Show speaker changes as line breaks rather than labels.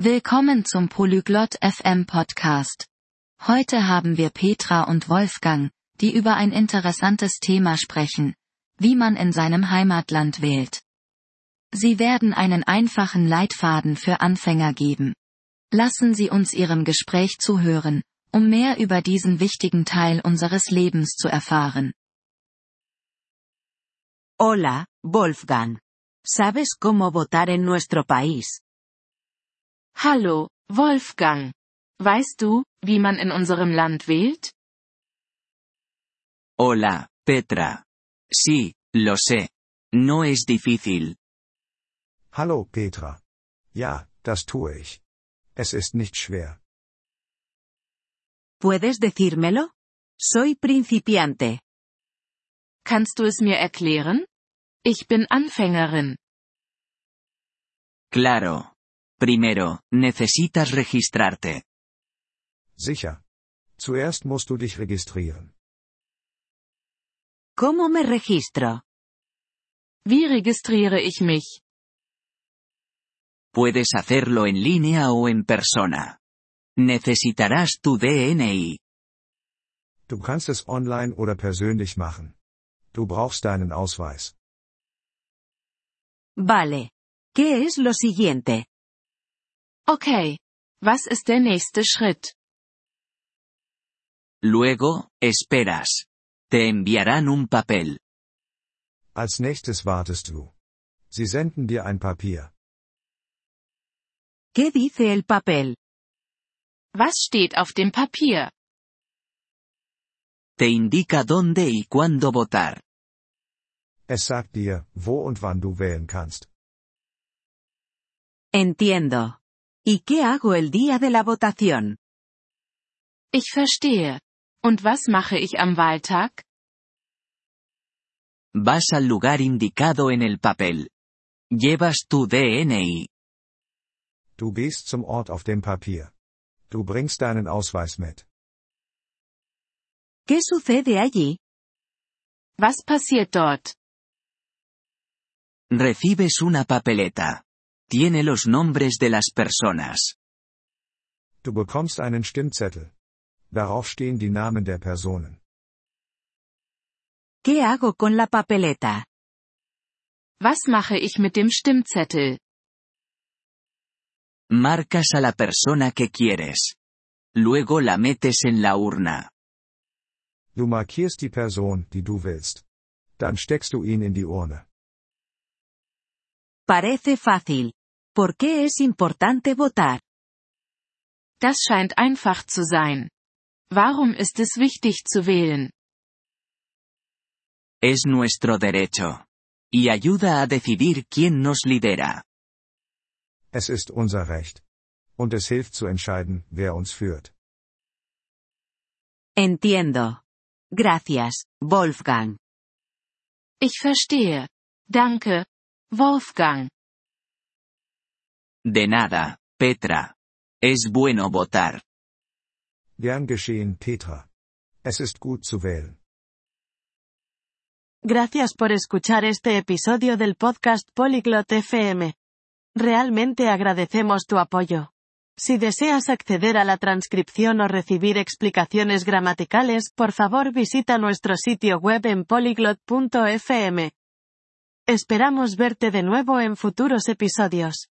Willkommen zum Polyglot FM Podcast. Heute haben wir Petra und Wolfgang, die über ein interessantes Thema sprechen, wie man in seinem Heimatland wählt. Sie werden einen einfachen Leitfaden für Anfänger geben. Lassen Sie uns Ihrem Gespräch zuhören, um mehr über diesen wichtigen Teil unseres Lebens zu erfahren.
Hola, Wolfgang. ¿Sabes cómo votar en nuestro país?
Hallo, Wolfgang. Weißt du, wie man in unserem Land wählt?
Hola, Petra. Sí, lo sé. No es difícil.
Hallo Petra. Ja, das tue ich. Es ist nicht schwer.
¿Puedes decírmelo? Soy principiante.
Kannst du es mir erklären? Ich bin Anfängerin.
Claro. Primero, necesitas registrarte.
Sicher. Zuerst musst du dich registrieren.
¿Cómo me registro?
Wie registriere ich mich?
Puedes hacerlo en línea o en persona. Necesitarás tu DNI.
Du kannst es online oder persönlich machen. Du brauchst deinen Ausweis.
Vale. ¿Qué es lo siguiente?
Okay. Was ist der nächste Schritt?
Luego, esperas. Te enviarán un papel.
Als nächstes wartest du. Sie senden dir ein Papier.
¿Qué dice el papel?
Was steht auf dem Papier?
Te indica dónde y cuándo votar.
Es sagt dir, wo und wann du wählen kannst.
Entiendo. ¿Y qué hago el día de la votación?
Ich verstehe. Und was mache ich am Wahltag?
Vas al lugar indicado en el papel. Llevas tu DNI.
Du gehst zum Ort auf dem Papier. Du bringst deinen Ausweis mit.
¿Qué sucede allí?
Was passiert dort?
Recibes una papeleta. Tiene los nombres de las personas.
Du bekommst einen Stimmzettel. Darauf stehen die Namen der Personen.
¿Qué hago con la papeleta?
Was mache ich mit dem Stimmzettel?
Marcas a la persona que quieres. Luego la metes en la urna.
Du markierst die Person, die du willst. Dann steckst du ihn in die Urne.
Parece fácil. ¿Por qué es importante votar?
Das scheint einfach zu sein. Warum ist es wichtig zu wählen?
Es nuestro derecho. Y ayuda a decidir quién nos lidera.
Es ist unser Recht. Und es hilft zu entscheiden, wer uns führt.
Entiendo. Gracias, Wolfgang.
Ich verstehe. Danke, Wolfgang.
De nada, Petra. Es bueno votar.
Gern geschehen, Petra. Es ist gut zu wählen.
Gracias por escuchar este episodio del podcast Polyglot FM. Realmente agradecemos tu apoyo. Si deseas acceder a la transcripción o recibir explicaciones gramaticales, por favor visita nuestro sitio web en polyglot.fm. Esperamos verte de nuevo en futuros episodios.